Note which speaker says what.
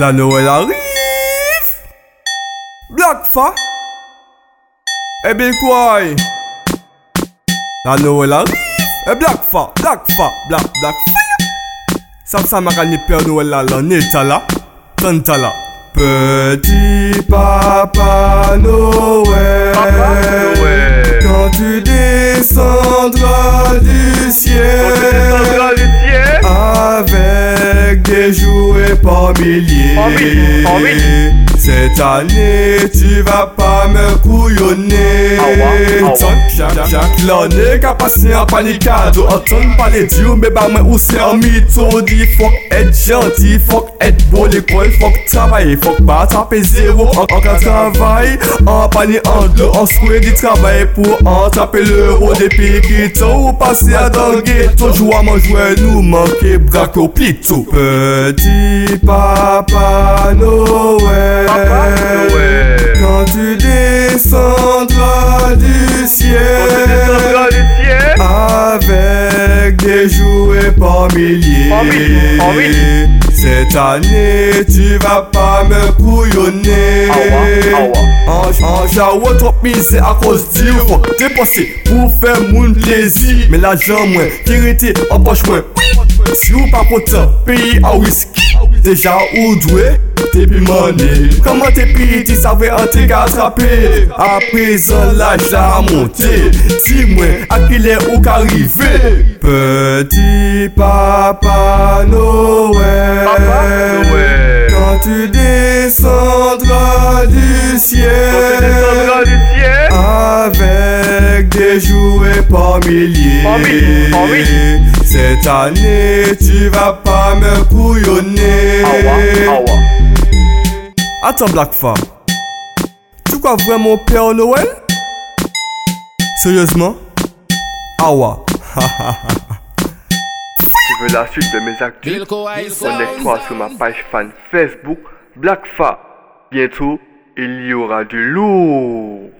Speaker 1: La Noël arrive Black Fa Eh bien quoi eh? La Noël arrive Eh Black Fa, Black Fa, Black, Black Fa Ça, ça m'a gagné Père Noël là, l'année t'as là Quand t'as là Petit Papa Noël,
Speaker 2: Noël.
Speaker 1: Quand tu descendras du ciel avec des jouets par milliers.
Speaker 2: Par milliers, par milliers.
Speaker 1: Cette année, tu vas pas me couillonner.
Speaker 2: Ah ouais, ah ouais.
Speaker 1: Tonne, chaque, chaque l'année qu'a passé en panicado. En tonne pas les dieux, mais bah, moi aussi en mytho. Dit fuck être gentil, fuck être beau, l'école, fuck travailler, fuck pas taper zéro. En, en cas de travail, en panier, en deux, en souhait du travail pour en taper l'euro. Depuis qu'il ou passé à dans le ghetto, jouer à mon jouet, nous manquer braque au plito. Petit papa Noël. Quand tu descendras du ciel Avec des jouets par milliers
Speaker 2: Par milliers, par milliers.
Speaker 1: Cette année tu vas pas me couillonner
Speaker 2: Ah ouais,
Speaker 1: En jaouet trop misé à cause du faut dépenser pour faire mon plaisir Mais l'argent moins, vérité en poche moins Si ou pas content, pays à whisky Déjà ou doué, t'es plus money Comment t'es piti, ça veut un t'es attrapé À présent l'âge a monté Dis-moi à qui l'est ou qu'arrivé Petit papa Noël Quand tu descendras du ciel avec des jouets par milliers.
Speaker 2: Par milliers, par milliers.
Speaker 1: Cette année, tu vas pas me couillonner.
Speaker 2: Ah
Speaker 1: Attends, Black Femme. Tu crois vraiment Père Noël Sérieusement Ah Awa.
Speaker 2: Tu veux la suite de mes actus Connecte-toi sur ma page fan Facebook Blackfa. Bientôt, il y aura du lourd.